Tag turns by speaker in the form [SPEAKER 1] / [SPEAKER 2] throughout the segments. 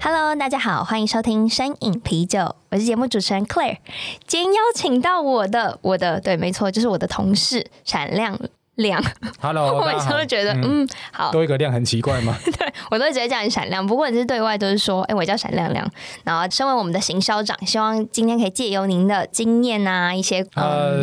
[SPEAKER 1] Hello，大家好，欢迎收听《深饮啤酒》，我是节目主持人 Claire。今天邀请到我的，我的对，没错，就是我的同事闪亮亮。
[SPEAKER 2] Hello，
[SPEAKER 1] 我
[SPEAKER 2] 大
[SPEAKER 1] 每
[SPEAKER 2] 家
[SPEAKER 1] 次
[SPEAKER 2] 好
[SPEAKER 1] 都觉得，
[SPEAKER 2] 嗯
[SPEAKER 1] 嗯，好，
[SPEAKER 2] 多一个量很奇怪吗？
[SPEAKER 1] 我都会直接叫你闪亮。不过你是对外就是说，哎、我叫闪亮亮。然后身为我们的行销长，希望今天可以借由您的经验啊，一些嗯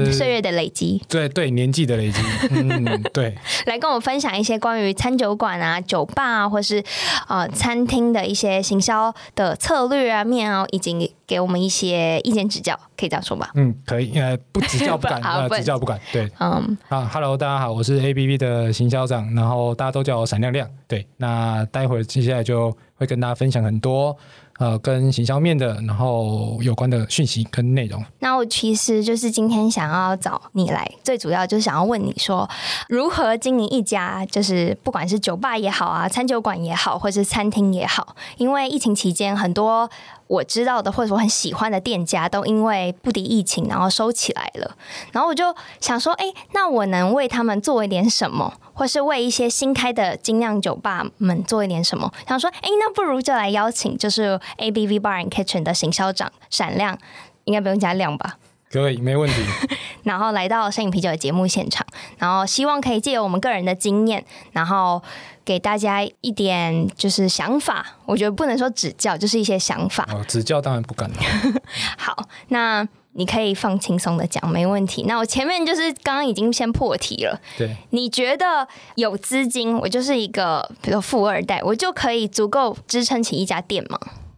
[SPEAKER 2] 呃
[SPEAKER 1] 岁月的累积，
[SPEAKER 2] 对对，年纪的 累积，嗯，对，
[SPEAKER 1] 来跟我分享一些关于餐酒馆啊、酒吧啊，或是呃餐厅的一些行销的策略啊、面啊，以及给我们一些意见指教，可以这样说吧？
[SPEAKER 2] 嗯，可以，呃，不指教不敢，
[SPEAKER 1] 好
[SPEAKER 2] 呃，
[SPEAKER 1] 不
[SPEAKER 2] 指教不敢，对
[SPEAKER 1] 嗯，
[SPEAKER 2] 啊，Hello，大家好，我是 ABB 的行销长，然后大家都叫我闪亮亮，对，那待会儿接下来就会跟大家分享很多呃跟行销面的，然后有关的讯息跟内容，
[SPEAKER 1] 那我其实就是今天想要找你来，最主要就是想要问你说，如何经营一家，就是不管是酒吧也好啊，餐酒馆也好，或是餐厅也好，因为疫情期间很多。我知道的，或者我很喜欢的店家，都因为不敌疫情，然后收起来了。然后我就想说，哎、那我能为他们做一点什么，或是为一些新开的精酿酒吧们做一点什么？想说，哎、那不如就来邀请，就是 ABV Bar and Kitchen 的行销长闪亮应该不用加量吧。
[SPEAKER 2] 可以，没问题，
[SPEAKER 1] 然后来到摄影啤酒的节目现场，然后希望可以借由我们个人的经验，然后给大家一点就是想法。我觉得不能说指教，就是一些想法。
[SPEAKER 2] 哦，指教当然不敢了，
[SPEAKER 1] 好，那你可以放轻松的讲，没问题。那我前面就是刚刚已经先破题了。
[SPEAKER 2] 对，
[SPEAKER 1] 你觉得有资金，我就是一个比如说富二代，我就可以足够支撑起一家店吗？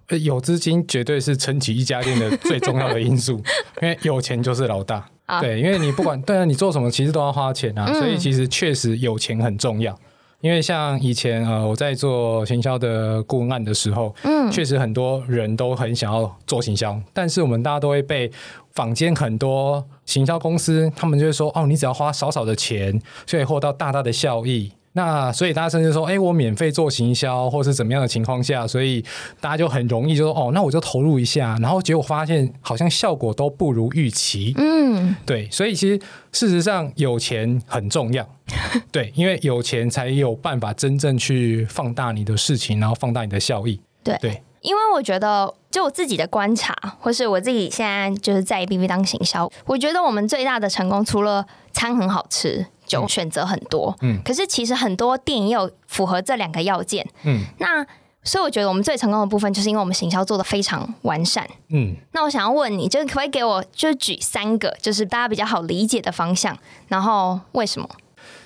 [SPEAKER 2] 呃有资金绝对是撑起一家店的最重要的因 素，因为有钱就是老大。
[SPEAKER 1] 啊
[SPEAKER 2] 对，因为你不管对啊，你做什么其实都要花钱啊，
[SPEAKER 1] 嗯
[SPEAKER 2] 所以其实确实有钱很重要。因为像以前呃，我在做行销的顾问案的时候，
[SPEAKER 1] 嗯
[SPEAKER 2] 确实很多人都很想要做行销，但是我们大家都会被坊间很多行销公司，他们就会说哦，你只要花少少的钱，所以获到大大的效益。那所以大家甚至说，哎、我免费做行销，或是怎么样的情况下，所以大家就很容易就说，哦，那我就投入一下，然后结果发现好像效果都不如预期。
[SPEAKER 1] 嗯，
[SPEAKER 2] 对，所以其实事实上有钱很重要，对，因为有钱才有办法真正去放大你的事情，然后放大你的效益。
[SPEAKER 1] 对
[SPEAKER 2] 对，
[SPEAKER 1] 因为我觉得，就我自己的观察，或是我自己现在就是在 B B 当行销，我觉得我们最大的成功，除了餐很好吃，酒选择很多，
[SPEAKER 2] 嗯
[SPEAKER 1] 可是其实很多店也有符合这两个要件。
[SPEAKER 2] 嗯
[SPEAKER 1] 那所以我觉得我们最成功的部分，就是因为我们行销做的非常完善。
[SPEAKER 2] 嗯，
[SPEAKER 1] 那我想要问你，就是可不可以给我就举三个，就是大家比较好理解的方向，然后为什么？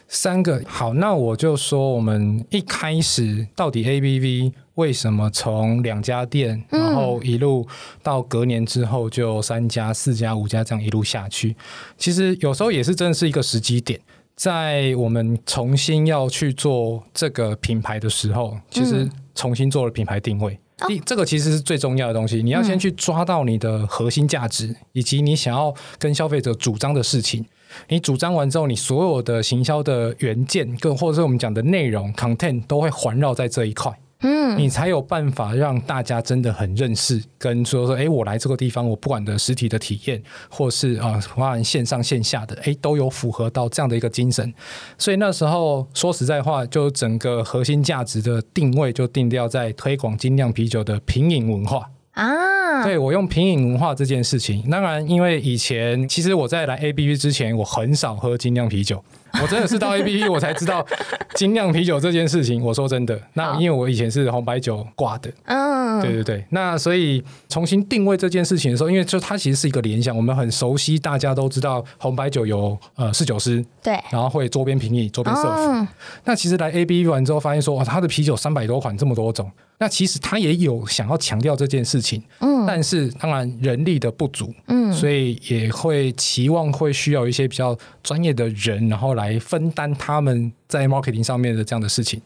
[SPEAKER 2] 三个好，那我就说我们一开始到底 ABV 为什么从两家店，
[SPEAKER 1] 嗯
[SPEAKER 2] 然后一路到隔年之后就三家、四家、五家这样一路下去，其实有时候也是真的是一个时机点。在我们重新要去做这个品牌的时候，其实重新做了品牌定位。
[SPEAKER 1] 哦嗯
[SPEAKER 2] 第、这个其实是最重要的东西，你要先去抓到你的核心价值，以及你想要跟消费者主张的事情。你主张完之后，你所有的行销的元件，跟或者是我们讲的内容 content 都会环绕在这一块，
[SPEAKER 1] 嗯
[SPEAKER 2] 你才有办法让大家真的很认识，跟说说，诶，我来这个地方，我不管的实体的体验，或是啊，呃包含线上线下的，诶，都有符合到这样的一个精神。所以那时候说实在话，就整个核心价值的定位就定调在推广精酿啤酒的品饮文化。
[SPEAKER 1] 啊，
[SPEAKER 2] 对我用品饮文化这件事情，当然因为以前其实我在来 ABB 之前，我很少喝精酿啤酒。我真的是到 ABB 我才知道精酿啤酒这件事情。我说真的，那
[SPEAKER 1] 好
[SPEAKER 2] 因为我以前是红白酒挂的，
[SPEAKER 1] 嗯，
[SPEAKER 2] 对对对。那所以重新定位这件事情的时候，因为就它其实是一个联想，我们很熟悉，大家都知道红白酒有呃侍酒师，
[SPEAKER 1] 对，
[SPEAKER 2] 然后会桌边评议、桌边 serve。
[SPEAKER 1] 嗯
[SPEAKER 2] 那其实来 A B 完之后，发现说哇，它的啤酒三百多款，这么多种。那其实他也有想要强调这件事情，
[SPEAKER 1] 嗯
[SPEAKER 2] 但是当然人力的不足，
[SPEAKER 1] 嗯
[SPEAKER 2] 所以也会期望会需要一些比较专业的人，然后来分担他们在 marketing 上面的这样的事情。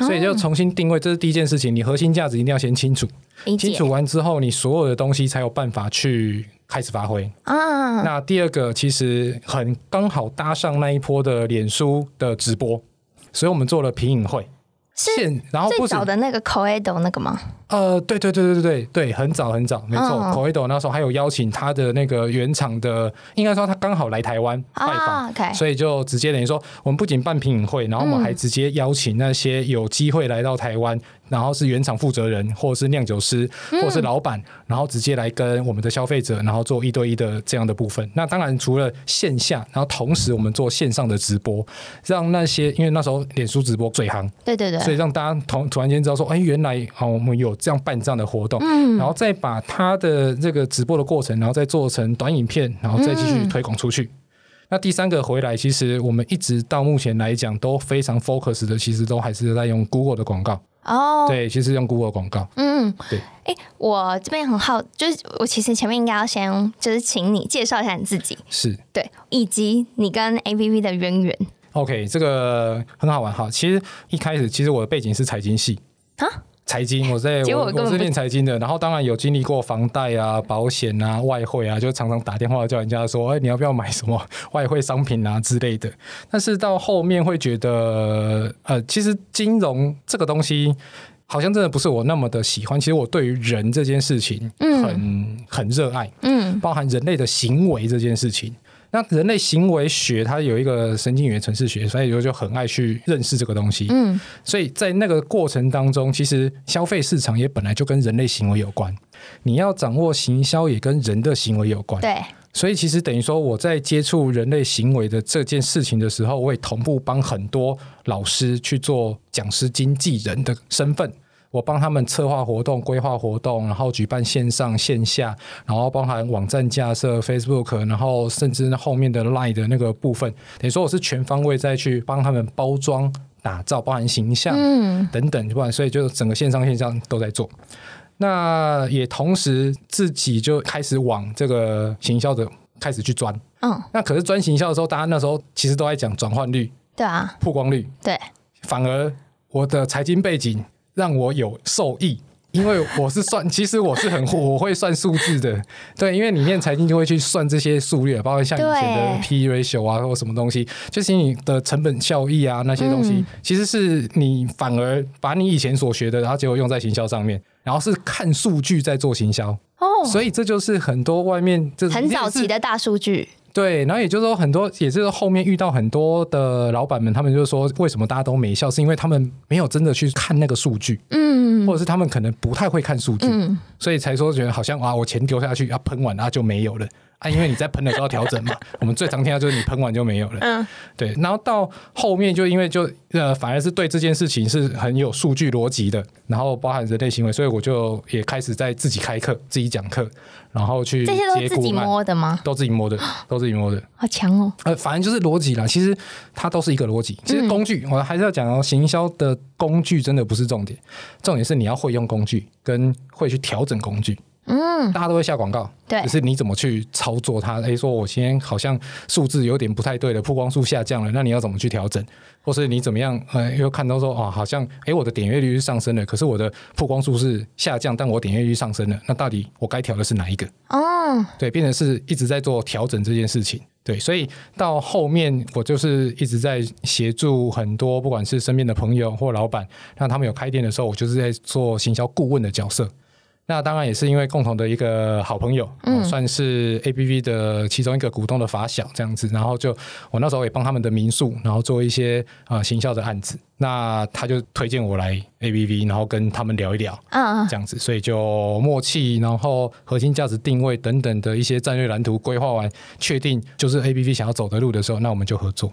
[SPEAKER 1] 哦
[SPEAKER 2] 所以就重新定位，这是第一件事情。你核心价值一定要先清楚，
[SPEAKER 1] 理
[SPEAKER 2] 清
[SPEAKER 1] 解
[SPEAKER 2] 楚完之后，你所有的东西才有办法去开始发挥。
[SPEAKER 1] 啊，
[SPEAKER 2] 那第二个其实很刚好搭上那一波的脸书的直播，所以我们做了品饮会。
[SPEAKER 1] 是
[SPEAKER 2] 现然后不
[SPEAKER 1] 最
[SPEAKER 2] 止
[SPEAKER 1] 早的那个 Coedo 那个吗？
[SPEAKER 2] 呃，对对对对对对，很早很早，没错。
[SPEAKER 1] 嗯
[SPEAKER 2] Coedo 那时候还有邀请他的那个原厂的，应该说他刚好来台湾拜访，
[SPEAKER 1] 啊，OK，
[SPEAKER 2] 所以就直接等于说，我们不仅办品饮会，然后我们还直接邀请那些有机会来到台湾，然后是原厂负责人，或者是酿酒师，或者是老板，然后直接来跟我们的消费者，然后做一对一的这样的部分。那当然除了线下，然后同时我们做线上的直播，让那些因为那时候脸书直播最夯，
[SPEAKER 1] 对对
[SPEAKER 2] 所
[SPEAKER 1] 对，
[SPEAKER 2] 以让大家同突然间知道说，哎，原来哦，我们有这样办这样的活动，
[SPEAKER 1] 嗯
[SPEAKER 2] 然后再把他的这个直播的过程，然后再做成短影片，然后再继
[SPEAKER 1] 嗯
[SPEAKER 2] 续推广出去。那第三个回来，其实我们一直到目前来讲都非常 focus 的，其实都还是在用 Google 的广告。
[SPEAKER 1] 哦，
[SPEAKER 2] 对，其实用 Google 广告。
[SPEAKER 1] 嗯，
[SPEAKER 2] 对
[SPEAKER 1] 哎、我这边很好，就是我其实前面应该要先就是请你介绍一下你自己，
[SPEAKER 2] 是
[SPEAKER 1] 对，以及你跟 A P P 的渊源
[SPEAKER 2] OK，这个很好玩哈。其实一开始，其实我的背景是财经系
[SPEAKER 1] 啊。
[SPEAKER 2] 财经，我在
[SPEAKER 1] 结果
[SPEAKER 2] 我
[SPEAKER 1] 根本
[SPEAKER 2] 我是
[SPEAKER 1] 不
[SPEAKER 2] 念财经的，然后当然有经历过房贷啊、保险啊、外汇啊，就常常打电话叫人家说，哎，你要不要买什么 外汇商品啊之类的。但是到后面会觉得，呃，其实金融这个东西。好像真的不是我那么的喜欢。其实我对于人这件事情很，很、热爱，
[SPEAKER 1] 嗯
[SPEAKER 2] 包含人类的行为这件事情。那人类行为学它有一个神经元程式学，所以我就很爱去认识这个东西。
[SPEAKER 1] 嗯，
[SPEAKER 2] 所以在那个过程当中，其实消费市场也本来就跟人类行为有关，你要掌握行销也跟人的行为有关。
[SPEAKER 1] 对，
[SPEAKER 2] 所以其实等于说，我在接触人类行为的这件事情的时候，我也同步帮很多老师去做讲师经纪人的身份。我帮他们策划活动、规划活动，然后举办线上线下，然后包含网站架设、Facebook，然后甚至后面的 Line 的那个部分，等于说我是全方位再去帮他们包装、打造，包含形象、
[SPEAKER 1] 嗯
[SPEAKER 2] 等等，不然所以就整个线上线上都在做。那也同时自己就开始往这个行销的开始去钻。
[SPEAKER 1] 嗯，
[SPEAKER 2] 那可是钻行销的时候，大家那时候其实都在讲转换率、
[SPEAKER 1] 对啊，
[SPEAKER 2] 曝光率，
[SPEAKER 1] 对，
[SPEAKER 2] 反而我的财经背景让我有受益。因为我是算， 其实我是很我会算数字的，对，因为你念财经就会去算这些数略，包括像以前的 P ratio 啊，或什么东西，就是你的成本效益啊那些东西，
[SPEAKER 1] 嗯
[SPEAKER 2] 其实是你反而把你以前所学的，然后结果用在行销上面，然后是看数据在做行销，
[SPEAKER 1] 哦，
[SPEAKER 2] 所以这就是很多外面这
[SPEAKER 1] 很早期
[SPEAKER 2] 的。
[SPEAKER 1] 的大数据，
[SPEAKER 2] 对，然后也就是说，很多也就是后面遇到很多的老板们，他们就说，为什么大家都没笑，是因为他们没有真的去看那个数据，
[SPEAKER 1] 嗯
[SPEAKER 2] 或者是他们可能不太会看数据，
[SPEAKER 1] 嗯，
[SPEAKER 2] 所以才说觉得好像啊，我钱丢下去啊，喷完啊就没有了啊，因为你在喷的时候要调整嘛。我们最常听到就是你喷完就没有了，
[SPEAKER 1] 嗯，
[SPEAKER 2] 对。然后到后面就因为就呃，反而是对这件事情是很有数据逻辑的，然后包含人类行为，所以我就也开始在自己开课、自己讲课，然后去
[SPEAKER 1] 这些都
[SPEAKER 2] 接
[SPEAKER 1] 自己
[SPEAKER 2] 顾漫，
[SPEAKER 1] 摸的吗？
[SPEAKER 2] 都自己摸的，都自己摸的。
[SPEAKER 1] 好强哦，
[SPEAKER 2] 呃，反正就是逻辑啦。其实它都是一个逻辑。其
[SPEAKER 1] 嗯
[SPEAKER 2] 实工具，我还是要讲哦，行销的工具真的不是重点，重点是你要会用工具，跟会去调整工具。
[SPEAKER 1] 嗯，
[SPEAKER 2] 大家都会下广告，
[SPEAKER 1] 对
[SPEAKER 2] 只，是你怎么去操作它？诶，说我今天好像数字有点不太对了，曝光数下降了，那你要怎么去调整？或是你怎么样？呃，又看到说哦，好像诶，我的点阅率是上升了，可是我的曝光数是下降，但我点阅率上升了，那到底我该调的是哪一个？
[SPEAKER 1] 哦，
[SPEAKER 2] 对，变成是一直在做调整这件事情。对，所以到后面我就是一直在协助很多，不管是身边的朋友或老板，那他们有开店的时候，我就是在做行销顾问的角色。那当然也是因为共同的一个好朋友，嗯、算是 A P P 的其中一个股东的发小这样子，然后就我那时候也帮他们的民宿，然后做一些呃行销的案子，那他就推荐我来 A P P，然后跟他们聊一聊，
[SPEAKER 1] 嗯，嗯
[SPEAKER 2] 这样子，所以就默契，然后核心价值定位等等的一些战略蓝图规划完，确定就是 A P P 想要走的路的时候，那我们就合作。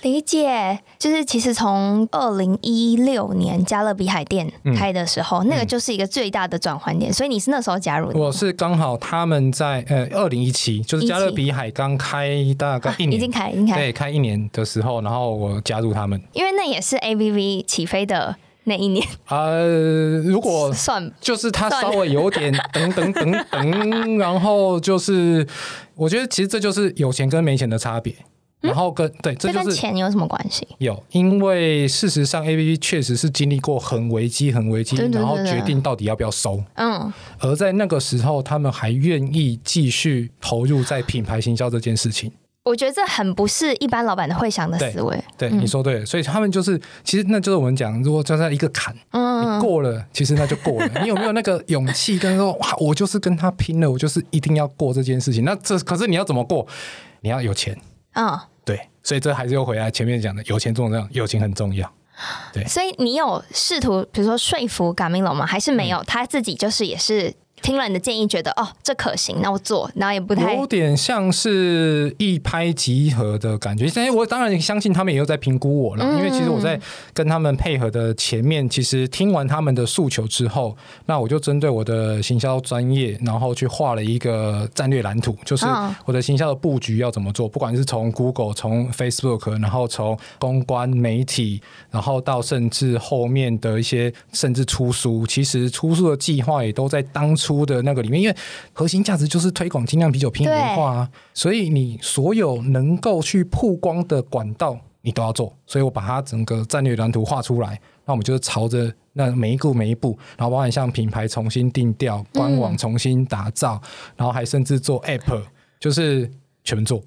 [SPEAKER 1] 理解，就是其实从二零一六年加勒比海店
[SPEAKER 2] 嗯
[SPEAKER 1] 开的时候，那个就是一个最大的转换点，所以你是那时候加入的吗，
[SPEAKER 2] 我是刚好他们在呃二零一七，就是加勒比海刚开大概一
[SPEAKER 1] 啊已
[SPEAKER 2] 年，
[SPEAKER 1] 经开，已经开，
[SPEAKER 2] 对，开一年的时候，然后我加入他们。
[SPEAKER 1] 因为那也是 A B V 起飞的那一年
[SPEAKER 2] 呃，如果
[SPEAKER 1] 算
[SPEAKER 2] 就是他稍微有点等等等等， 然后就是我觉得其实这就是有钱跟没钱的差别，然后跟对这
[SPEAKER 1] 嗯这跟
[SPEAKER 2] 就是。
[SPEAKER 1] 钱有什么关系？
[SPEAKER 2] 有，因为事实上，A P P 确实是经历过很危机、很危机，
[SPEAKER 1] 对对对
[SPEAKER 2] 然后
[SPEAKER 1] 对
[SPEAKER 2] 决定到底要不要收。
[SPEAKER 1] 嗯，
[SPEAKER 2] 而在那个时候，他们还愿意继续投入在品牌行销这件事情。
[SPEAKER 1] 我觉得这很不是一般老板会想的
[SPEAKER 2] 对
[SPEAKER 1] 思维。
[SPEAKER 2] 对，你说对了，所以他们就是，其实那就是我们讲，如果站在一个坎，你
[SPEAKER 1] 嗯，
[SPEAKER 2] 过了，其实那就过 了。你有没有那个勇气跟说，哇，我就是跟他拼了，我就是一定要过这件事情？那这可是你要怎么过？你要有钱，
[SPEAKER 1] 嗯，
[SPEAKER 2] 对，所以这还是又回来前面讲的，有钱重要，友情很重要。
[SPEAKER 1] 所以你有试图，比如说说服嘎米龙吗？还是没有？他自己就是也是听了你的建议，觉得哦这可行，那我做，然后也不太
[SPEAKER 2] 有点像是一拍即合的感觉。但是我当然相信他们也有在评估我了，
[SPEAKER 1] 嗯
[SPEAKER 2] 因为其实我在跟他们配合的前面，其实听完他们的诉求之后，那我就针对我的行销专业，然后去画了一个战略蓝图，就是
[SPEAKER 1] 嗯
[SPEAKER 2] 我的行销的布局要怎么做，不管是从 Google、从 Facebook，然后从公关媒体，然后到甚至后面的一些甚至出书，其实出书的计划也都在当初的那个里面，因为核心价值就是推广精酿啤酒拼文化啊，所以你所有能够去曝光的管道你都要做，所以我把它整个战略蓝图画出来，那我们就是朝着。那每一步每一步，然后包含像品牌重新定调、官网重新打造，然后还甚至做 App，就是全做。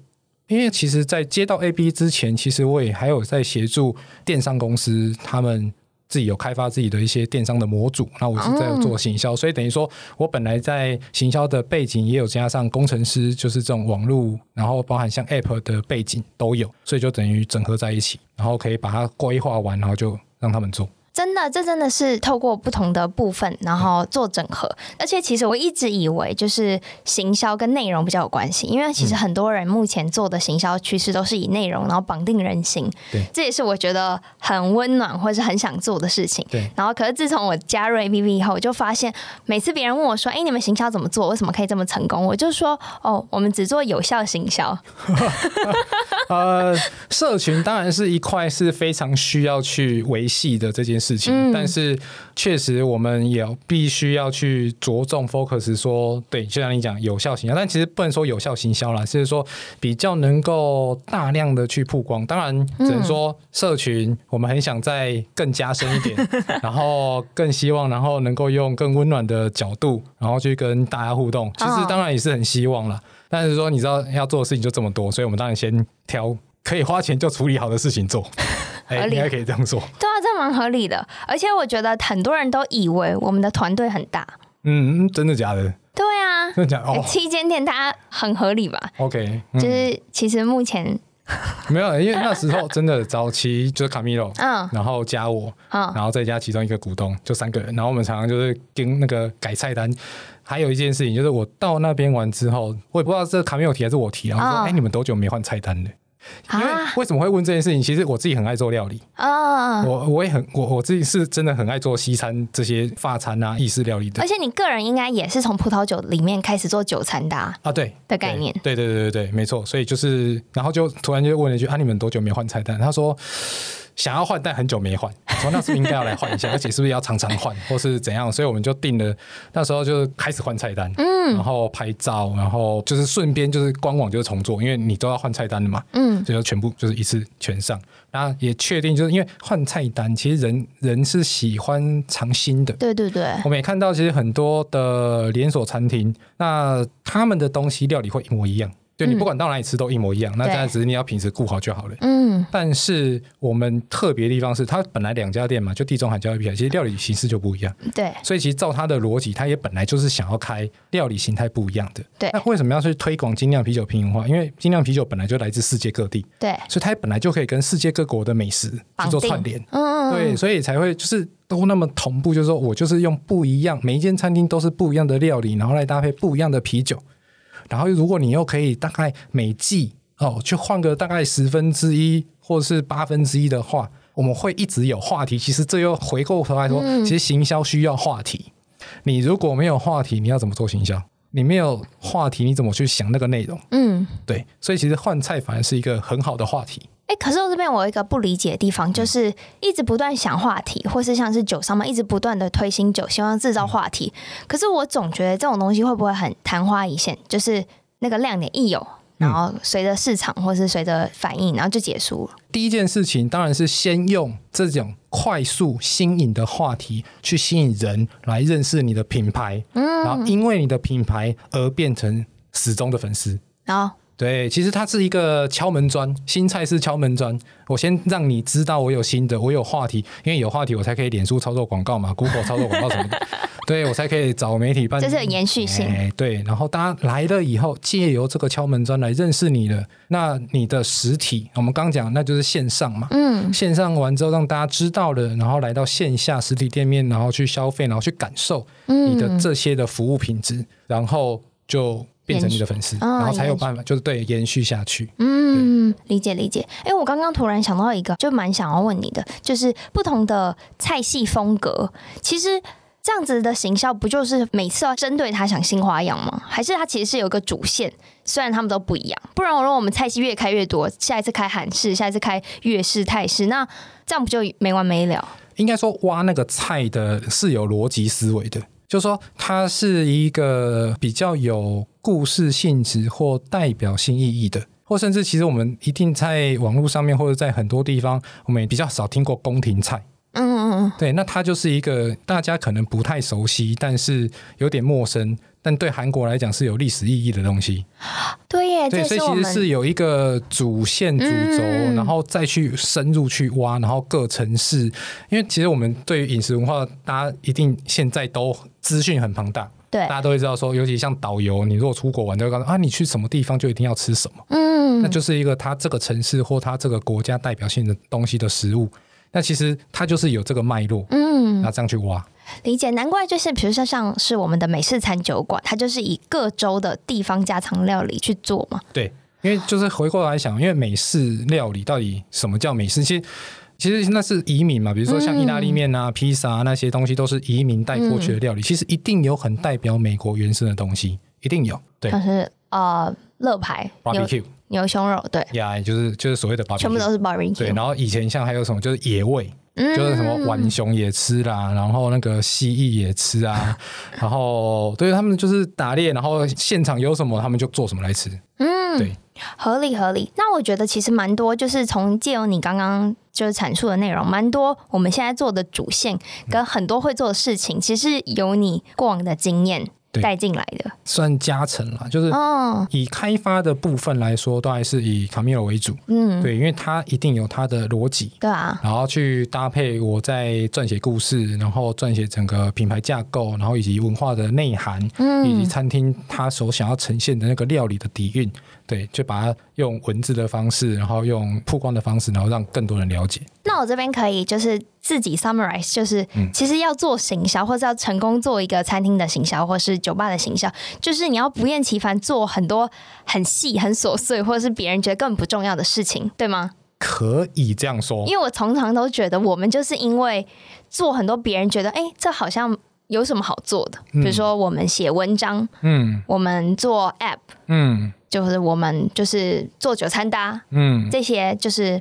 [SPEAKER 2] 因为其实，在接到 A B 之前，其实我也还有在协助电商公司，他们自己有开发自己的一些电商的模组。那我是在做行销，所以等于说我本来在行销的背景也有加上工程师，就是这种网络，然后包含像 App 的背景都有，所以就等于整合在一起，然后可以把它规划完，然后就让他们做。
[SPEAKER 1] 真的，这真的是透过不同的部分，然后做整合。而且其实我一直以为就是行销跟内容比较有关系，因为其实很多人目前做的行销趋势都是以内容，然后绑定人心。
[SPEAKER 2] 对
[SPEAKER 1] 这也是我觉得很温暖或是很想做的事情。
[SPEAKER 2] 对，
[SPEAKER 1] 然后，可是自从我加入 APP 以后，我就发现每次别人问我说：“哎，你们行销怎么做？为什么可以这么成功？”我就说：“哦，我们只做有效行 销。
[SPEAKER 2] 呃，社群当然是一块是非常需要去维系的这件事情，但是确实我们也必须要去着重 focus 说，对，就像你讲有效行销，但其实不能说有效行销啦，是说比较能够大量的去曝光。当然，只能说社群我们很想再更加深一点，然后更希望，然后能够用更温暖的角度，然后去跟大家互动。其实
[SPEAKER 1] 哦
[SPEAKER 2] 当然也是很希望啦。但是说你知道要做的事情就这么多，所以我们当然先挑可以花钱就处理好的事情 做。哎、
[SPEAKER 1] 合理
[SPEAKER 2] 应该可以这样做。”
[SPEAKER 1] 对啊，这蛮合理的。而且我觉得很多人都以为我们的团队很大。
[SPEAKER 2] 嗯，嗯真的假的？
[SPEAKER 1] 对啊，
[SPEAKER 2] 真的假的？哦
[SPEAKER 1] 七间店大家很合理吧？
[SPEAKER 2] ，OK，
[SPEAKER 1] 就
[SPEAKER 2] 嗯，
[SPEAKER 1] 是其实目前，
[SPEAKER 2] 没有，因为那时候真的早期就是卡米 m
[SPEAKER 1] 嗯
[SPEAKER 2] 然后加我，
[SPEAKER 1] 嗯，
[SPEAKER 2] 然后再加其中一个股东，就三个人。然后我们常常就是跟那个改菜单。还有一件事情就是，我到那边玩之后，我也不知道这卡米有提还是我提，然后说：“哎、
[SPEAKER 1] 哦
[SPEAKER 2] 你们多久没换菜单了？”因为
[SPEAKER 1] 啊
[SPEAKER 2] 为什么会问这件事情？其实我自己很爱做料理，
[SPEAKER 1] 啊，
[SPEAKER 2] 我我也很我我自己是真的很爱做西餐这些法餐啊、意式料理的
[SPEAKER 1] 而且你个人应该也是从葡萄酒里面开始做酒餐的、啊，
[SPEAKER 2] 啊，对
[SPEAKER 1] 的概念
[SPEAKER 2] 对对对对对，没错。所以就是，然后就突然就问了一句：“啊，你们多久没换菜单？”他说。想要换，但很久没换。我说那是不是应该要来换一下？而且是不是要常常换，或是怎样？所以我们就定了，那时候就开始换菜单，嗯，然后拍照，然后就是顺便就是官网就是重做，因为你都要换菜单的嘛，
[SPEAKER 1] 嗯，
[SPEAKER 2] 所以就全部就是一次全上。那也确定，就是因为换菜单，其实人人是喜欢尝新的，
[SPEAKER 1] 对对对，
[SPEAKER 2] 我们也看到，其实很多的连锁餐厅，那他们的东西料理会一模一样，就你不管到哪里吃都一模一样。那
[SPEAKER 1] 嗯对
[SPEAKER 2] 当然只是你要品质顾好就好了。
[SPEAKER 1] 嗯，
[SPEAKER 2] 但是我们特别的地方是，它本来两家店嘛，就地中海交易品牌，其实料理形式就不一样。
[SPEAKER 1] 对，
[SPEAKER 2] 所以其实照它的逻辑，它也本来就是想要开料理形态不一样的。
[SPEAKER 1] 对
[SPEAKER 2] 那为什么要去推广精酿啤酒平民化？因为精酿啤酒本来就来自世界各地，
[SPEAKER 1] 对，
[SPEAKER 2] 所以它本来就可以跟世界各国的美食去做串联。
[SPEAKER 1] 嗯，
[SPEAKER 2] 对，所以才会就是都那么同步，就是说我就是用不一样，每一间餐厅都是不一样的料理，然后来搭配不一样的啤酒，然后如果你又可以大概每季哦去换个大概十分之一或者是八分之一的话，我们会一直有话题。其实这又回过头来说，其实行销需要话题。你如果没有话题，你要怎么做行销？你没有话题，你怎么去想那个内容？
[SPEAKER 1] 嗯，
[SPEAKER 2] 对，所以其实换菜反而是一个很好的话题。
[SPEAKER 1] 哎、可是我这边我有一个不理解的地
[SPEAKER 2] 嗯
[SPEAKER 1] 方，就是一直不断想话题，或是像是酒商嘛，一直不断的推新酒，希望制
[SPEAKER 2] 嗯
[SPEAKER 1] 造话题。可是我总觉得这种东西会不会很昙花一现，就是那个亮点一有，
[SPEAKER 2] 嗯
[SPEAKER 1] 然后随着市场或是随着反应，然后就结束了。
[SPEAKER 2] 第一件事情当然是先用这种快速新颖的话题去吸引人来认识你的品牌，
[SPEAKER 1] 嗯
[SPEAKER 2] 然后因为你的品牌而变成始终的粉丝。
[SPEAKER 1] 然后
[SPEAKER 2] 对，其实它是一个敲门砖，新菜是敲门砖。我先让你知道我有新的，我有话题，因为有话题我才可以脸书操作广告嘛，Google 操作广告什么的， 对我才可以找媒体办。
[SPEAKER 1] 这是有延续性
[SPEAKER 2] 哎，对，然后大家来了以后，借由这个敲门砖来认识你了。那你的实体，我们刚讲那就是线上嘛，
[SPEAKER 1] 嗯，
[SPEAKER 2] 线上完之后让大家知道了，然后来到线下实体店面，然后去消费，然后去感受
[SPEAKER 1] 嗯
[SPEAKER 2] 你的这些的服务品质，然后就变成你的粉丝，
[SPEAKER 1] 嗯
[SPEAKER 2] 然后才有
[SPEAKER 1] 延续
[SPEAKER 2] 办法就是对延续下去。
[SPEAKER 1] 嗯，理解理解。哎、我刚刚突然想到一个，就蛮想要问你的，就是不同的菜系风格，其实这样子的行销不就是每次要针对他想新花样吗？还是它其实是有一个主线，虽然他们都不一样，不然我如果我们菜系越开越多，下一次开韩式，下一次开粤式、泰式，那这样不就没完没了？
[SPEAKER 2] 应该说挖那个菜的是有逻辑思维的，就是说它是一个比较有故事性质或代表性意义的。或甚至，其实我们一定在网络上面，或者在很多地方，我们也比较少听过宫廷菜。
[SPEAKER 1] 嗯嗯嗯，
[SPEAKER 2] 对，那它就是一个大家可能不太熟悉，但是有点陌生，但对韩国来讲是有历史意义的东西。
[SPEAKER 1] 对耶，
[SPEAKER 2] 对，
[SPEAKER 1] 哎这
[SPEAKER 2] 所以
[SPEAKER 1] 是我
[SPEAKER 2] 其实
[SPEAKER 1] 们
[SPEAKER 2] 是有一个主线主轴，
[SPEAKER 1] 嗯
[SPEAKER 2] 然后再去深入去挖，然后各城市，因为其实我们对于饮食文化，大家一定现在都资讯很庞大。
[SPEAKER 1] 对
[SPEAKER 2] 大，家都会知道说，尤其像导游，你如果出国玩，都会告诉啊，你去什么地方就一定要吃什么。
[SPEAKER 1] 嗯
[SPEAKER 2] 那就是一个它这个城市或它这个国家代表性的东西的食物。那其实它就是有这个脉络，
[SPEAKER 1] 嗯。
[SPEAKER 2] 那这样去挖。
[SPEAKER 1] 理解，难怪就是，比如说像是我们的美式餐酒馆，它就是以各州的地方家常料理去做嘛。
[SPEAKER 2] 对，因为就是回过来想，因为美式料理到底什么叫美式？其实。其实那是移民嘛，比如说
[SPEAKER 1] 嗯
[SPEAKER 2] 像意大利面啊、披萨、啊、那些东西，都是移民带过去的料
[SPEAKER 1] 嗯
[SPEAKER 2] 理。其实一定有很代表美国原生的东西，一定有。对
[SPEAKER 1] 像是呃乐牌、牛
[SPEAKER 2] ，barbecue
[SPEAKER 1] 牛胸肉，对，
[SPEAKER 2] 呀就是就是所谓的 barbecue，
[SPEAKER 1] 全部都是
[SPEAKER 2] 对。
[SPEAKER 1] barbecue，
[SPEAKER 2] 然后以前像还有什么就是野味，
[SPEAKER 1] 嗯
[SPEAKER 2] 就是什么浣熊也吃啦，然后那个蜥蜴也 吃啊，然后对他们就是打猎，然后现场有什么他们就做什么来吃。
[SPEAKER 1] 嗯，
[SPEAKER 2] 对，
[SPEAKER 1] 合理合理。那我觉得其实蛮多，就是从借由你刚刚就是阐述的内容，蛮多我们现在做的主线跟很多会做的事情，其实由你过往的经验
[SPEAKER 2] 对
[SPEAKER 1] 带进来的。
[SPEAKER 2] 算加成啦，就是
[SPEAKER 1] 哦，
[SPEAKER 2] 以开发的部分来说，都还是以卡米尔为主，
[SPEAKER 1] 嗯，
[SPEAKER 2] 对，因为它一定有它的逻辑，
[SPEAKER 1] 对啊，
[SPEAKER 2] 然后去搭配我在撰写故事，然后撰写整个品牌架构，然后以及文化的内涵，以及
[SPEAKER 1] 嗯，
[SPEAKER 2] 餐厅它所想要呈现的那个料理的底蕴，对，就把它用文字的方式，然后用曝光的方式，然后让更多人了解。
[SPEAKER 1] 那我这边可以就是自己 summarize，就是
[SPEAKER 2] 嗯
[SPEAKER 1] 其实要做行销，或是要成功做一个餐厅的行销，或是酒吧的行销，就是你要不厌其烦做很多很细、很琐碎，或者是别人觉得更不重要的事情，对吗？
[SPEAKER 2] 可以这样说，
[SPEAKER 1] 因为我常常都觉得，我们就是因为做很多别人觉得，哎、这好像有什么好做的，比如说我们写文章，
[SPEAKER 2] 嗯
[SPEAKER 1] 我们做 app，
[SPEAKER 2] 嗯
[SPEAKER 1] 就是我们就是做酒餐搭，
[SPEAKER 2] 嗯，
[SPEAKER 1] 这些就是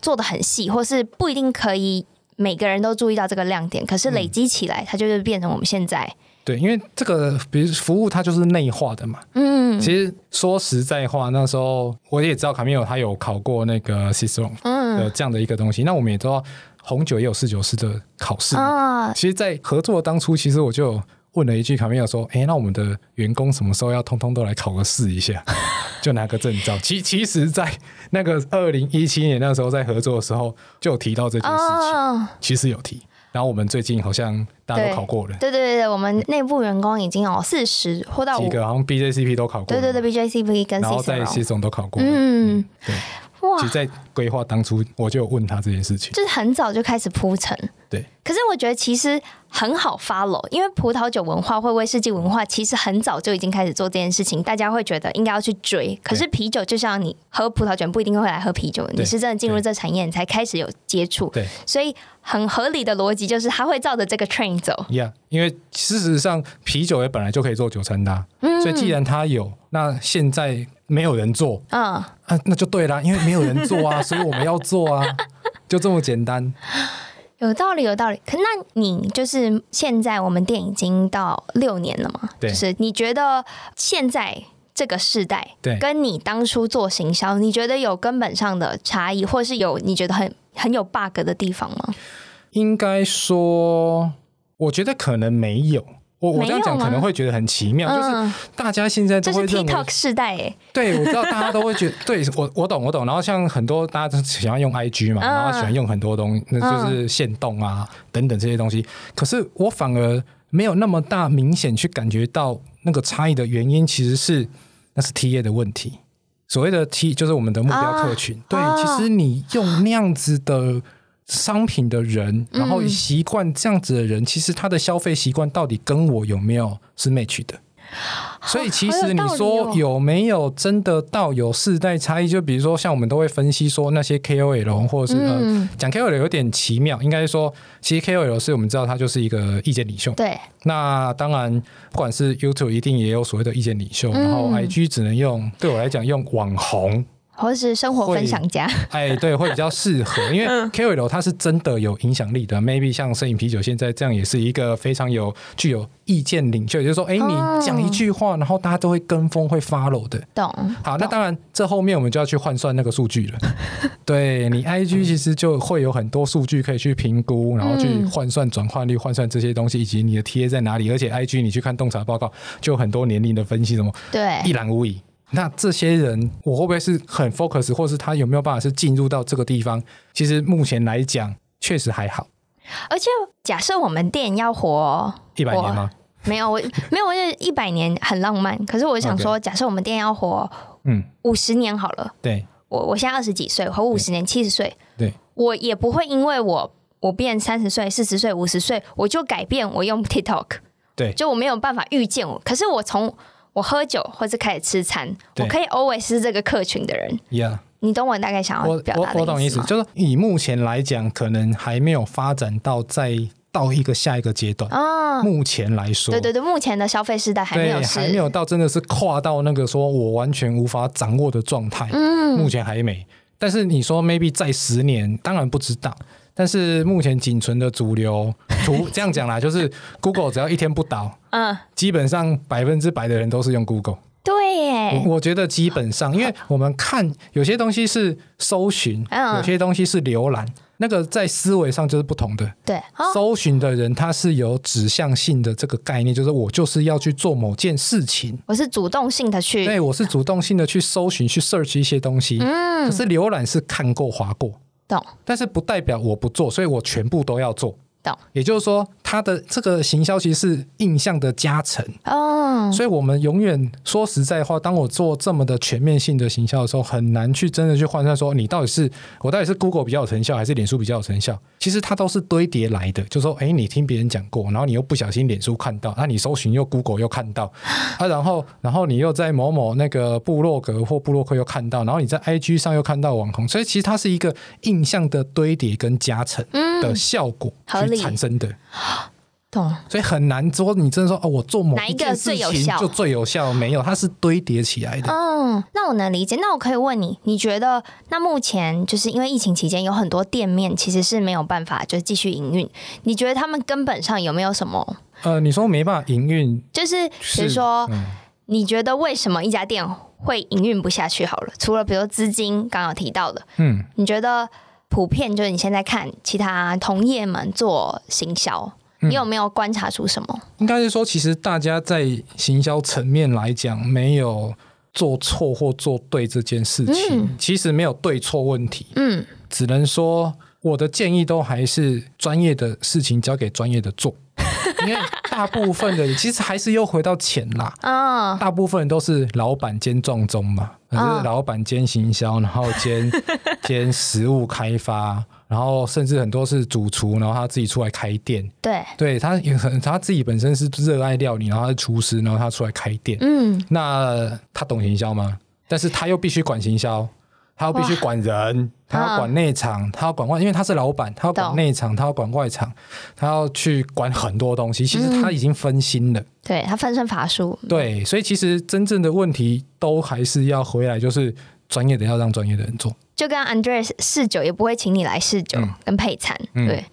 [SPEAKER 1] 做的很细，或是不一定可以每个人都注意到这个亮点，可是累积起来，它就是变成我们现在
[SPEAKER 2] 对，因为这个，比如服务它就是内化的嘛，
[SPEAKER 1] 嗯
[SPEAKER 2] 其实说实在话，那时候我也知道卡米尔他有考过那个 c i c e r o n
[SPEAKER 1] 嗯
[SPEAKER 2] 的这样的一个东西。那我们也知道红酒也有侍酒师的考试。
[SPEAKER 1] 啊
[SPEAKER 2] 其实，在合作当初，其实我就问了一句卡米尔说：“哎、那我们的员工什么时候要通通都来考个试一下， 就拿个证照？”其其实，在那个二零一七年那时候在合作的时候，就有提到这件事情，
[SPEAKER 1] 啊！
[SPEAKER 2] 其实有提。然后我们最近好像大家
[SPEAKER 1] 对
[SPEAKER 2] 都考过了，
[SPEAKER 1] 对对对对，我们内部员工已经有四十或到
[SPEAKER 2] 几
[SPEAKER 1] 五，
[SPEAKER 2] 个好像 BJCP 都考过
[SPEAKER 1] 对
[SPEAKER 2] 了，
[SPEAKER 1] 对对，BJCP 跟
[SPEAKER 2] 然
[SPEAKER 1] C
[SPEAKER 2] 后在 C
[SPEAKER 1] C
[SPEAKER 2] 总都考过了。
[SPEAKER 1] 嗯，
[SPEAKER 2] 对，
[SPEAKER 1] 哇
[SPEAKER 2] 其实，在规划当初，我就有问他这件事情。
[SPEAKER 1] 就是很早就开始铺陈，
[SPEAKER 2] 对，
[SPEAKER 1] 可是我觉得其实很好 follow，因为葡萄酒文化或威士忌文化其实很早就已经开始做这件事情，大家会觉得应该要去追。可是啤酒就像你喝葡萄酒不一定会来喝啤酒，你是真的进入这产业你才开始有接触，
[SPEAKER 2] 对
[SPEAKER 1] 所以很合理的逻辑就是它会照着这个 train 走。
[SPEAKER 2] ，Yeah，因为事实上啤酒也本来就可以做酒餐的啊、
[SPEAKER 1] 嗯
[SPEAKER 2] 所以既然它有，那现在没有人做
[SPEAKER 1] 嗯，
[SPEAKER 2] 啊，那就对啦，因为没有人 做啊，所以我们要做啊，就这么简单。
[SPEAKER 1] 有道理，有道理。可那你就是现在我们店已经到六年了嘛？
[SPEAKER 2] 对
[SPEAKER 1] 就是你觉得现在这个世代，
[SPEAKER 2] 对
[SPEAKER 1] 跟你当初做行销，你觉得有根本上的差异，或是有你觉得很很有 bug 的地方吗？
[SPEAKER 2] 应该说，我觉得可能没有。我我这样讲
[SPEAKER 1] 没有吗
[SPEAKER 2] 可能会觉得很奇妙，就是
[SPEAKER 1] 嗯，
[SPEAKER 2] 大家现在都
[SPEAKER 1] 这
[SPEAKER 2] 会
[SPEAKER 1] 是
[SPEAKER 2] 认为
[SPEAKER 1] TikTok 世代欸诶、
[SPEAKER 2] 对，我知道大家都会觉得，对我 我懂我懂。然后像很多大家都喜欢用 IG 嘛，
[SPEAKER 1] 嗯
[SPEAKER 2] 然后喜欢用很多东西，那就是限动啊、等等这些东西。可是我反而没有那么大明显去感觉到那个差异的原因，其实是那是 T A 的问题。所谓的 T 就是我们的目标客群，对，
[SPEAKER 1] 哦
[SPEAKER 2] 其实你用那样子的。商品的人，然后
[SPEAKER 1] 嗯
[SPEAKER 2] 习惯这样子的人，其实他的消费习惯到底跟我有没有是 match 的？所以其实你
[SPEAKER 1] 好有道理哦
[SPEAKER 2] 说有没有真的到有世代差异？就比如说像我们都会分析说那些 KOL 或者是、
[SPEAKER 1] 嗯
[SPEAKER 2] 呃讲 KOL 有点奇妙，应该是说其实 KOL 是我们知道他就是一个意见领袖。
[SPEAKER 1] 对，
[SPEAKER 2] 那当然，不管是 YouTube 一定也有所谓的意见领袖，
[SPEAKER 1] 嗯
[SPEAKER 2] 然后 IG 只能用对我来讲用网红，
[SPEAKER 1] 或是生活分享家，
[SPEAKER 2] 哎，对，会比较适合，因为
[SPEAKER 1] 嗯
[SPEAKER 2] KOL 它是真的有影响力的。Maybe 像摄影啤酒现在这样也是一个非常有具有意见领袖，也就是说，哎，
[SPEAKER 1] 哦
[SPEAKER 2] 你讲一句话，然后大家都会跟风，会 follow 的。
[SPEAKER 1] 懂？
[SPEAKER 2] 好，那当然，这后面我们就要去换算那个数据 了。对你
[SPEAKER 1] 嗯
[SPEAKER 2] IG 其实就会有很多数据可以去评估，然后去
[SPEAKER 1] 嗯
[SPEAKER 2] 换算转换率、换算这些东西，以及你的 TA 在哪里。而且 IG 你去看洞察报告，就有很多年龄的分析，什么
[SPEAKER 1] 对，
[SPEAKER 2] 一览无遗。那这些人，我会不会是很 focus，或是他有没有办法是进入到这个地方？其实目前来讲，确实还好。
[SPEAKER 1] 而且假设我们店要活
[SPEAKER 2] 一百年吗？
[SPEAKER 1] 没有我没有，我就一百年很浪漫。可是我想说，假设我们店要活
[SPEAKER 2] 嗯，
[SPEAKER 1] 五十年好了。
[SPEAKER 2] 对
[SPEAKER 1] 我我现在二十几岁，活五十年七十岁，
[SPEAKER 2] 对，
[SPEAKER 1] 我也不会因为我我变三十岁、四十岁、五十岁，我就改变我用 TikTok，
[SPEAKER 2] 对
[SPEAKER 1] 就我没有办法预见我。可是我从我喝酒或是开始吃餐，我
[SPEAKER 2] 对
[SPEAKER 1] 可以 always 是这个客群的人。
[SPEAKER 2] ，Yeah。
[SPEAKER 1] 啊你懂我大概想要
[SPEAKER 2] 我
[SPEAKER 1] 表
[SPEAKER 2] 我
[SPEAKER 1] 达
[SPEAKER 2] 我
[SPEAKER 1] 的
[SPEAKER 2] 懂意
[SPEAKER 1] 思
[SPEAKER 2] 思，
[SPEAKER 1] 吗？
[SPEAKER 2] 就是以目前来讲，可能还没有发展到再到一个下一个阶段。
[SPEAKER 1] 啊、
[SPEAKER 2] 目前来说，
[SPEAKER 1] 对对对，目前的消费时代还没
[SPEAKER 2] 对
[SPEAKER 1] 有是，
[SPEAKER 2] 还没有到真的是跨到那个说我完全无法掌握的状态，
[SPEAKER 1] 嗯
[SPEAKER 2] 目前还没。但是你说 maybe 在十年，当然不知道。但是目前仅存的主流，除这样讲啦，就是 Google 只要一天不倒，
[SPEAKER 1] 嗯，
[SPEAKER 2] 基本上百分之百的人都是用 Google。
[SPEAKER 1] 对耶，
[SPEAKER 2] 我我觉得基本上，因为我们看有些东西是搜寻，
[SPEAKER 1] 嗯
[SPEAKER 2] 有些东西是浏览，那个在思维上就是不同的。
[SPEAKER 1] 对啊、
[SPEAKER 2] 搜寻的人他是有指向性的这个概念，就是我就是要去做某件事情。
[SPEAKER 1] 我是主动性的去，
[SPEAKER 2] 对，我是主动性的去搜寻、去 search 一些东西，可
[SPEAKER 1] 嗯，
[SPEAKER 2] 是浏览是看过、划过，
[SPEAKER 1] 懂
[SPEAKER 2] 但是不代表我不做，所以我全部都要做。
[SPEAKER 1] 懂，
[SPEAKER 2] 也就是说，它的这个行销其实是印象的加成，
[SPEAKER 1] 哦，
[SPEAKER 2] 所以我们永远说实在话，当我做这么的全面性的行销的时候，很难去真的去换算说你到底是我到底是 Google 比较有成效，还是脸书比较有成效。其实它都是堆叠来的，就说诶，你听别人讲过，然后你又不小心脸书看到，那、你搜寻又 Google 又看 到，啊，然后然后你又在某某那个部落格或部落客又看到，然后你在 IG 上又看到网红，所以其实它是一个印象的堆叠跟加成的效果
[SPEAKER 1] 嗯合理
[SPEAKER 2] 去产生的。
[SPEAKER 1] 懂。
[SPEAKER 2] 所以很难说你真的说哦，我做某
[SPEAKER 1] 哪一个
[SPEAKER 2] 件事
[SPEAKER 1] 最有
[SPEAKER 2] 情
[SPEAKER 1] 效
[SPEAKER 2] 就最有效，没有，它是堆叠起来的。
[SPEAKER 1] 嗯，那我能理解。那我可以问你，你觉得那目前就是因为疫情期间有很多店面其实是没有办法就是继续营运，你觉得他们根本上有没有什么？
[SPEAKER 2] 呃，你说没办法营运，
[SPEAKER 1] 就是比如
[SPEAKER 2] 是
[SPEAKER 1] 说，
[SPEAKER 2] 嗯
[SPEAKER 1] 你觉得为什么一家店会营运不下去？好了，除了比如说资金刚刚有提到的，
[SPEAKER 2] 嗯，
[SPEAKER 1] 你觉得普遍就是你现在看其他同业们做行销，
[SPEAKER 2] 嗯
[SPEAKER 1] 你有没有观察出什么？
[SPEAKER 2] 应该是说，其实大家在行销层面来讲，没有做错或做对这件事情，
[SPEAKER 1] 嗯
[SPEAKER 2] 其实没有对错问题，
[SPEAKER 1] 嗯，
[SPEAKER 2] 只能说我的建议都还是专业的事情交给专业的 做，因为大部分的其实还是又回到钱啦。
[SPEAKER 1] 啊、
[SPEAKER 2] 大部分人都是老板兼 撞钟嘛，就是老板兼行销，然后兼兼实物开发，然后甚至很多是主厨，然后他自己出来开店。
[SPEAKER 1] 对，
[SPEAKER 2] 对他也很，他自己本身是热爱料理，然后他是厨师，然后他出来开店。
[SPEAKER 1] 嗯，
[SPEAKER 2] 那他懂行销吗？但是他又必须管行销，他又必须管人，他要管内场，他要管外，因为他是老板，他要管
[SPEAKER 1] 嗯懂
[SPEAKER 2] 内场，他要管外场，他要去管很多东西。其
[SPEAKER 1] 嗯
[SPEAKER 2] 实他已经分心了，
[SPEAKER 1] 对他分身乏术，
[SPEAKER 2] 对，所以其实真正的问题都还是要回来，就是专业的要让专业的人做。
[SPEAKER 1] 就跟 Andres 试酒也不会请你来试酒
[SPEAKER 2] 嗯
[SPEAKER 1] 跟配餐，
[SPEAKER 2] 嗯
[SPEAKER 1] 对。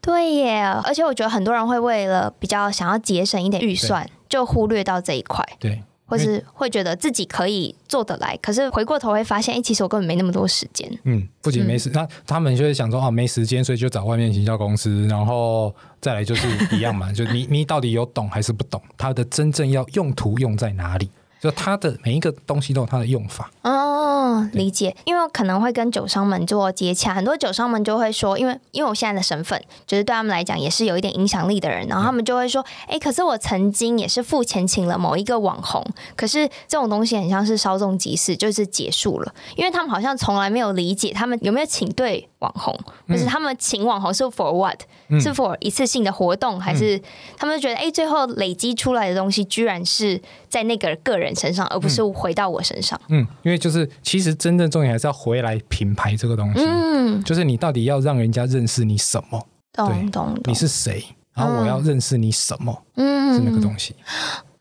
[SPEAKER 1] 对耶，而且我觉得很多人会为了比较想要节省一点预算，就忽略到这一块，
[SPEAKER 2] 对，
[SPEAKER 1] 或
[SPEAKER 2] 嗯
[SPEAKER 1] 是会觉得自己可以做得来，可是回过头会发现，哎、其实我根本没那么多时间。
[SPEAKER 2] 嗯，不仅
[SPEAKER 1] 嗯
[SPEAKER 2] 没时，那他们就会想说啊，没时间，所以就找外面行销公司，然后再来就是一样嘛，就你你到底有懂还是不懂？它的真正要用途用在哪里？就它的每一个东西都有它的用法。
[SPEAKER 1] 哦，
[SPEAKER 2] 对
[SPEAKER 1] 理解，因为我可能会跟酒商们做接洽，很多酒商们就会说，因为因为我现在的身份，就是对他们来讲也是有一点影响力的
[SPEAKER 2] 嗯
[SPEAKER 1] 人，然后他们就会说，哎、可是我曾经也是付钱请了某一个网红，可是这种东西很像是稍纵即逝，就是结束了，因为他们好像从来没有理解他们有没有请对网红，或是他们请网红是 for what，、
[SPEAKER 2] 嗯
[SPEAKER 1] 是 for 一次性的活动，还是他们觉得，哎、最后累积出来的东西居然是在那个个人身上，而不是回到我身上。
[SPEAKER 2] 嗯，因为就是其实真正重点还是要回来品牌这个东西，
[SPEAKER 1] 嗯，
[SPEAKER 2] 就是你到底要让人家认识你什么，
[SPEAKER 1] 懂懂懂，
[SPEAKER 2] 你是谁，然后我要认识你什么、
[SPEAKER 1] 嗯
[SPEAKER 2] 是那个东西。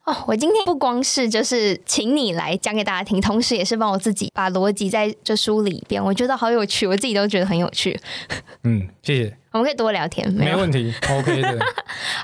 [SPEAKER 1] 哦，我今天不光是就是请你来讲给大家听，同时也是帮我自己把逻辑在这梳理一遍，我觉得好有趣，我自己都觉得很有趣。
[SPEAKER 2] 嗯，谢谢，
[SPEAKER 1] 我们可以多聊天，没
[SPEAKER 2] 没
[SPEAKER 1] 有
[SPEAKER 2] 问题，OK 的。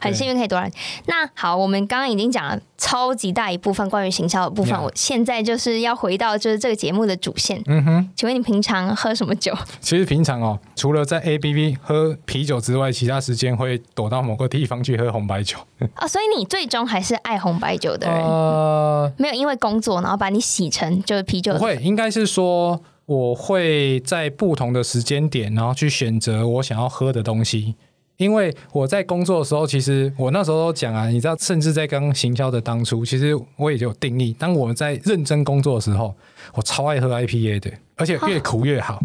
[SPEAKER 1] 很幸运可以多聊天。那好，我们刚刚已经讲了超级大一部分关于行销的部分
[SPEAKER 2] Yeah
[SPEAKER 1] 我现在就是要回到就是这个节目的主线。
[SPEAKER 2] 嗯哼，
[SPEAKER 1] 请问你平常喝什么 酒？
[SPEAKER 2] 其实平常哦，除了在 A B B 喝啤酒之外，其他时间会躲到某个地方去喝红白酒。
[SPEAKER 1] 哦，所以你最终还是爱红白酒的人，
[SPEAKER 2] 呃，
[SPEAKER 1] 没有因为工作然后把你洗成就是啤酒
[SPEAKER 2] 不会，应该是说我会在不同的时间点，然后去选择我想要喝的东西。因为我在工作的时候，其实我那时候都讲啊，你知道，甚至在刚行销的当初，其实我也有定义，当我们在认真工作的时候，我超爱喝 IPA 的，而且越苦越好。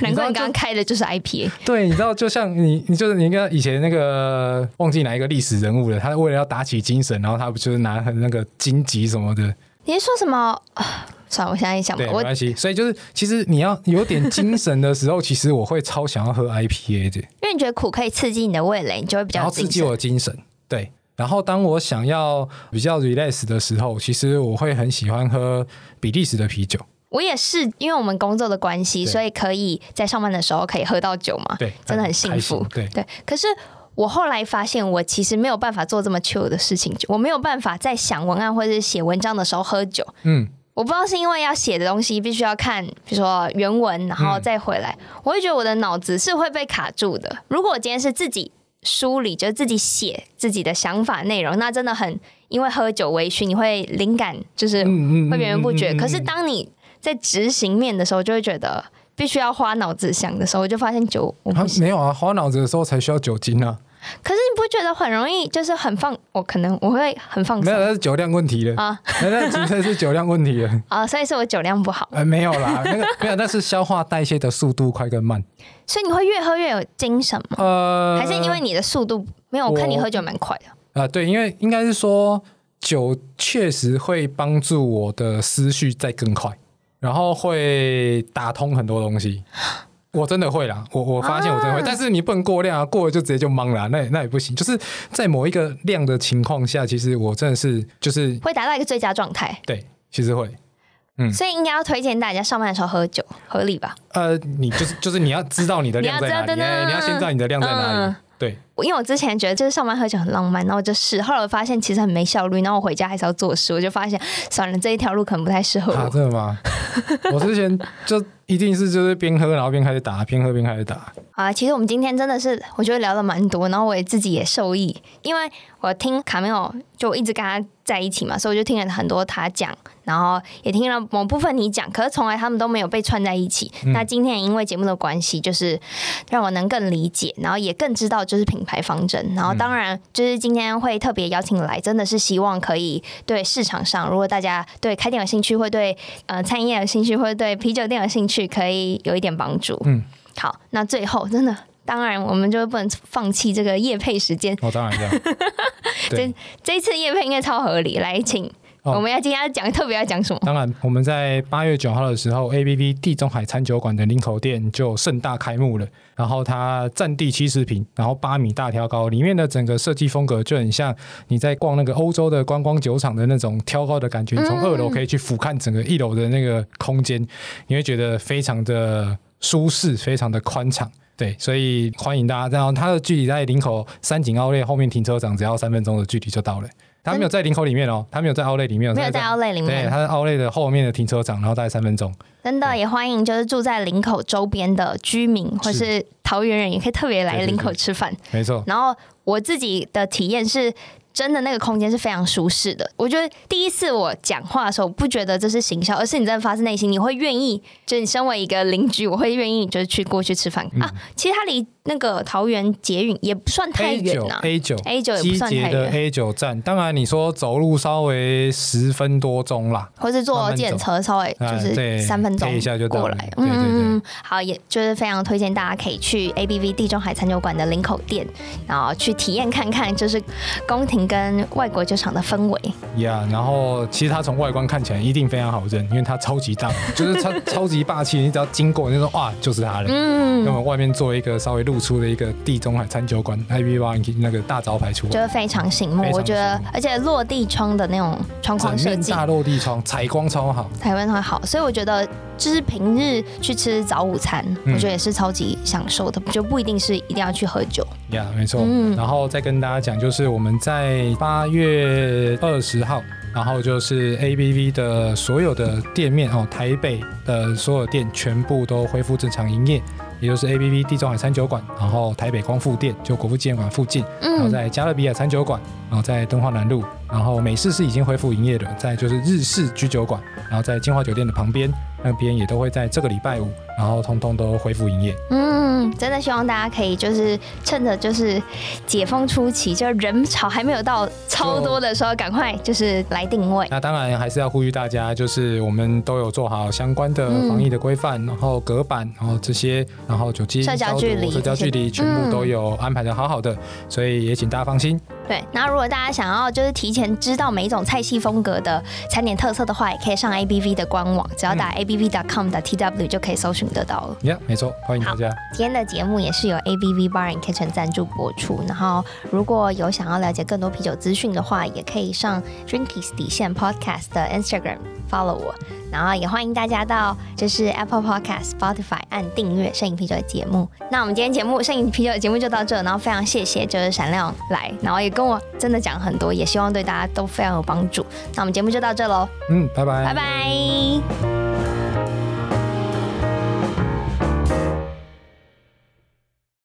[SPEAKER 1] 难怪
[SPEAKER 2] 你知道
[SPEAKER 1] 你刚刚
[SPEAKER 2] 就
[SPEAKER 1] 开的就是 IPA。
[SPEAKER 2] 对，你知道，就像你，你就是你跟以前那个忘记哪一个历史人物了，他为了要打起精神，然后他不就是拿那个荆棘什么的，
[SPEAKER 1] 你是说什么？啊算了，我现在想不
[SPEAKER 2] 对，没
[SPEAKER 1] 我
[SPEAKER 2] 关系。所以就是，其实你要有点精神的时候，其实我会超想要喝 IPA 的，
[SPEAKER 1] 因为你觉得苦可以刺激你的味蕾，你就会比
[SPEAKER 2] 然
[SPEAKER 1] 较
[SPEAKER 2] 后
[SPEAKER 1] 有精
[SPEAKER 2] 刺
[SPEAKER 1] 神
[SPEAKER 2] 激我的精神。对，然后当我想要比较 relax 的时候，其实我会很喜欢喝比利时的啤酒。
[SPEAKER 1] 我也是，因为我们工作的关系，
[SPEAKER 2] 对
[SPEAKER 1] 所以可以在上班的时候可以喝到酒嘛，
[SPEAKER 2] 对，
[SPEAKER 1] 真的很
[SPEAKER 2] 开
[SPEAKER 1] 幸
[SPEAKER 2] 心
[SPEAKER 1] 福。
[SPEAKER 2] 对，
[SPEAKER 1] 对，可是我后来发现，我其实没有办法做这么 chill 的事情，我没有办法在想文案或者是写文章的时候喝酒。
[SPEAKER 2] 嗯，
[SPEAKER 1] 我不知道是因为要写的东西必须要看，比如说原文，然
[SPEAKER 2] 嗯
[SPEAKER 1] 后再回来，我会觉得我的脑子是会被卡住的。如果我今天是自己梳理，就是自己写自己的想法内容，那真的很因为喝酒微醺，你会灵感就是
[SPEAKER 2] 嗯
[SPEAKER 1] 会源源不绝。
[SPEAKER 2] 嗯嗯
[SPEAKER 1] 可是当你在执行面的时候，就会觉得必须要花脑子想的时候，我就发现酒我
[SPEAKER 2] 啊
[SPEAKER 1] 不行。
[SPEAKER 2] 没有啊，花脑子的时候才需要酒精啊，
[SPEAKER 1] 可是你不觉得很容易就是很放？我可能我会很放
[SPEAKER 2] 没有，
[SPEAKER 1] 松
[SPEAKER 2] 那是酒量问题了
[SPEAKER 1] 啊，
[SPEAKER 2] 那那纯粹是酒量问题了。
[SPEAKER 1] 啊，所以是我酒量不好，
[SPEAKER 2] 呃，没有啦，那个没有，那是消化代谢的速度快跟慢。
[SPEAKER 1] 所以你会越喝越有精神吗？
[SPEAKER 2] 呃，
[SPEAKER 1] 哦还是因为你的速度没有？我看你
[SPEAKER 2] 我
[SPEAKER 1] 喝酒蛮快的。
[SPEAKER 2] 啊、对，因为应该是说酒确实会帮助我的思绪再更快，然后会打通很多东西。我真的会啦，我我发现我真的会，
[SPEAKER 1] 啊
[SPEAKER 2] 但是你不能过量啊，过了就直接就懵了啊、那也那也不行。就是在某一个量的情况下，其实我真的是就是
[SPEAKER 1] 会达到一个最佳状态，
[SPEAKER 2] 对，其实会。嗯
[SPEAKER 1] 所以应该要推荐大家上班的时候喝酒，合理吧？
[SPEAKER 2] 呃，你就是就是你要知道你的
[SPEAKER 1] 你
[SPEAKER 2] 量
[SPEAKER 1] 要
[SPEAKER 2] 在
[SPEAKER 1] 知
[SPEAKER 2] 哪
[SPEAKER 1] 道
[SPEAKER 2] 里，
[SPEAKER 1] 的呢
[SPEAKER 2] 哎你要先知道你的量在哪里。
[SPEAKER 1] 嗯
[SPEAKER 2] 对，
[SPEAKER 1] 我因为我之前觉得就是上班喝酒很浪漫，然后我就试，后来我发现其实很没效率，然后我回家还是要做事，我就发现算了，这一条路可能不太适合
[SPEAKER 2] 啊，
[SPEAKER 1] 我。
[SPEAKER 2] 真的吗？我之前就一定是就是边喝然后边开始打，边喝边开始打。
[SPEAKER 1] 啊，其实我们今天真的是我觉得聊了蛮多，然后我也自己也受益，因为我听卡梅尔就一直跟他在一起嘛，所以我就听了很多他讲，然后也听了某部分你讲，可是从来他们都没有被串在一起。那今天也因为节目的关系，就是让我能更理解，然后也更知道就是品牌方针。然后当然就是今天会特别邀请来，真的是希望可以对市场上，如果大家对开店有兴趣，会对呃餐饮业有兴趣，会对啤酒店有兴趣，可以有一点帮助。
[SPEAKER 2] 嗯，
[SPEAKER 1] 好，那最后真的，当然我们就不能放弃这个夜配时间。
[SPEAKER 2] 哦，当然这样。对，
[SPEAKER 1] 这一次夜配应该超合理，来，请、
[SPEAKER 2] 哦
[SPEAKER 1] 我们要今天要讲特别要讲什么？
[SPEAKER 2] 当然我们在八月九号的时候，ABV 地中海餐酒馆的林口店就盛大开幕了。然后它占地七十平，然后八米大挑高，里面的整个设计风格就很像你在逛那个欧洲的观光酒厂的那种挑高的感觉。你从二楼可以去俯瞰整个一楼的那个空间，你会觉得非常的舒适，非常的宽敞。对，所以欢迎大家。然后它的距离在林口三井奥莱后面停车场只要三分钟的距离就到了。它没有在林口里面哦，它没有在奥莱里面哦，
[SPEAKER 1] 没有
[SPEAKER 2] 它
[SPEAKER 1] 在 Outlet 里
[SPEAKER 2] 对，
[SPEAKER 1] 面，
[SPEAKER 2] 它是奥莱的后面的停车场，然后大概三分钟。
[SPEAKER 1] 真的也欢迎就是住在林口周边的居民或是桃园人，也可以特别来
[SPEAKER 2] 对对
[SPEAKER 1] 林口
[SPEAKER 2] 对
[SPEAKER 1] 吃饭。
[SPEAKER 2] 没错，
[SPEAKER 1] 然后我自己的体验是。真的，那个空间是非常舒适的。我觉得第一次我讲话的时候，我不觉得这是行销，而是你真的发自内心，你会愿意，就是你身为一个邻居，我会愿意就是去过去吃饭、
[SPEAKER 2] 嗯
[SPEAKER 1] 啊。其实它离那个桃园捷运也不算太
[SPEAKER 2] A
[SPEAKER 1] 远
[SPEAKER 2] 九
[SPEAKER 1] 啊
[SPEAKER 2] A 九
[SPEAKER 1] ，A 九也不
[SPEAKER 2] 基
[SPEAKER 1] 算
[SPEAKER 2] 捷
[SPEAKER 1] 太
[SPEAKER 2] 的
[SPEAKER 1] 远，啊
[SPEAKER 2] A 九站，当然你说走路稍微十分多钟啦，
[SPEAKER 1] 或是坐
[SPEAKER 2] 慢慢
[SPEAKER 1] 电车稍微就
[SPEAKER 2] 哎
[SPEAKER 1] 是
[SPEAKER 2] 对
[SPEAKER 1] 三分
[SPEAKER 2] 配
[SPEAKER 1] 钟
[SPEAKER 2] 一下就到
[SPEAKER 1] 过
[SPEAKER 2] 了
[SPEAKER 1] 来。
[SPEAKER 2] 对对对
[SPEAKER 1] 嗯，好，也就是非常推荐大家可以去 ABV 地中海餐酒馆的林口店，然后去体验看看，就是宫廷跟外国酒厂的氛围。
[SPEAKER 2] 呀、然后其实它从外观看起来一定非常好认，因为它超级 大，就是超超级霸气，你只要经过你就说哇，就是它了。
[SPEAKER 1] 嗯
[SPEAKER 2] 那，我们外面做一个稍微露出的一个地中海餐酒馆 i b y 那个大招牌出
[SPEAKER 1] 就
[SPEAKER 2] 来，
[SPEAKER 1] 是非常醒目
[SPEAKER 2] 非。常
[SPEAKER 1] 我觉得
[SPEAKER 2] 醒目，
[SPEAKER 1] 而且落地窗的那种窗框
[SPEAKER 2] 整
[SPEAKER 1] 设
[SPEAKER 2] 面
[SPEAKER 1] 计，
[SPEAKER 2] 大落地窗，采光超好。
[SPEAKER 1] 台湾会好。所以我觉得，就是平日去吃早午餐，
[SPEAKER 2] 嗯
[SPEAKER 1] 我觉得也是超级享受的，就不一定是一定要去喝酒。
[SPEAKER 2] 呀没错。
[SPEAKER 1] 嗯
[SPEAKER 2] 然后再跟大家讲，就是我们在八月二十号，然后就是 ABV 的所有的店面哦，台北的所有店全部都恢复正常营业，也就是 ABV 地中海餐酒馆，然后台北光复店就国父纪念馆附近，然后
[SPEAKER 1] 嗯，
[SPEAKER 2] 在加勒比海餐酒馆，然后在敦化南路，然后美式是已经恢复营业了，再就是日式居酒馆，然后在金华酒店的旁边那边也都会在这个礼拜五，然后通通都恢复营业。
[SPEAKER 1] 嗯，真的希望大家可以就是趁着就是解封初期，就是人潮还没有到超多的时候，赶快就是来定位。
[SPEAKER 2] 那当然还是要呼吁大家，就是我们都有做好相关的
[SPEAKER 1] 嗯
[SPEAKER 2] 防疫的规范，然后隔板，然后这些，然后酒精
[SPEAKER 1] 社交距离嗯
[SPEAKER 2] 消毒社交距离全部都有安排的好好的，所以也请大家放心。
[SPEAKER 1] 对，那如果大家想要就是提前知道每一种菜系风格的餐点特色的话，也可以上 ABV 的官网，只要打 abv.com.tw 就可以搜寻得到了。
[SPEAKER 2] 呀、没错，欢迎大家。
[SPEAKER 1] 今天的节目也是由 ABV Bar and Kitchen 赞助播出。然后，如果有想要了解更多啤酒资讯的话，也可以上 Drinkies 底线 Podcast 的 Instagram follow 我。然后也欢迎大家到就是 Apple Podcast、Spotify 按订阅《摄影啤酒》的节目。那我们今天节目《摄影啤酒》的节目就到这，然后非常谢谢就是闪亮来，然后也跟我真的讲很多，也希望对大家都非常有帮助。那我们节目就到这喽，
[SPEAKER 2] 嗯，拜拜
[SPEAKER 1] 拜拜。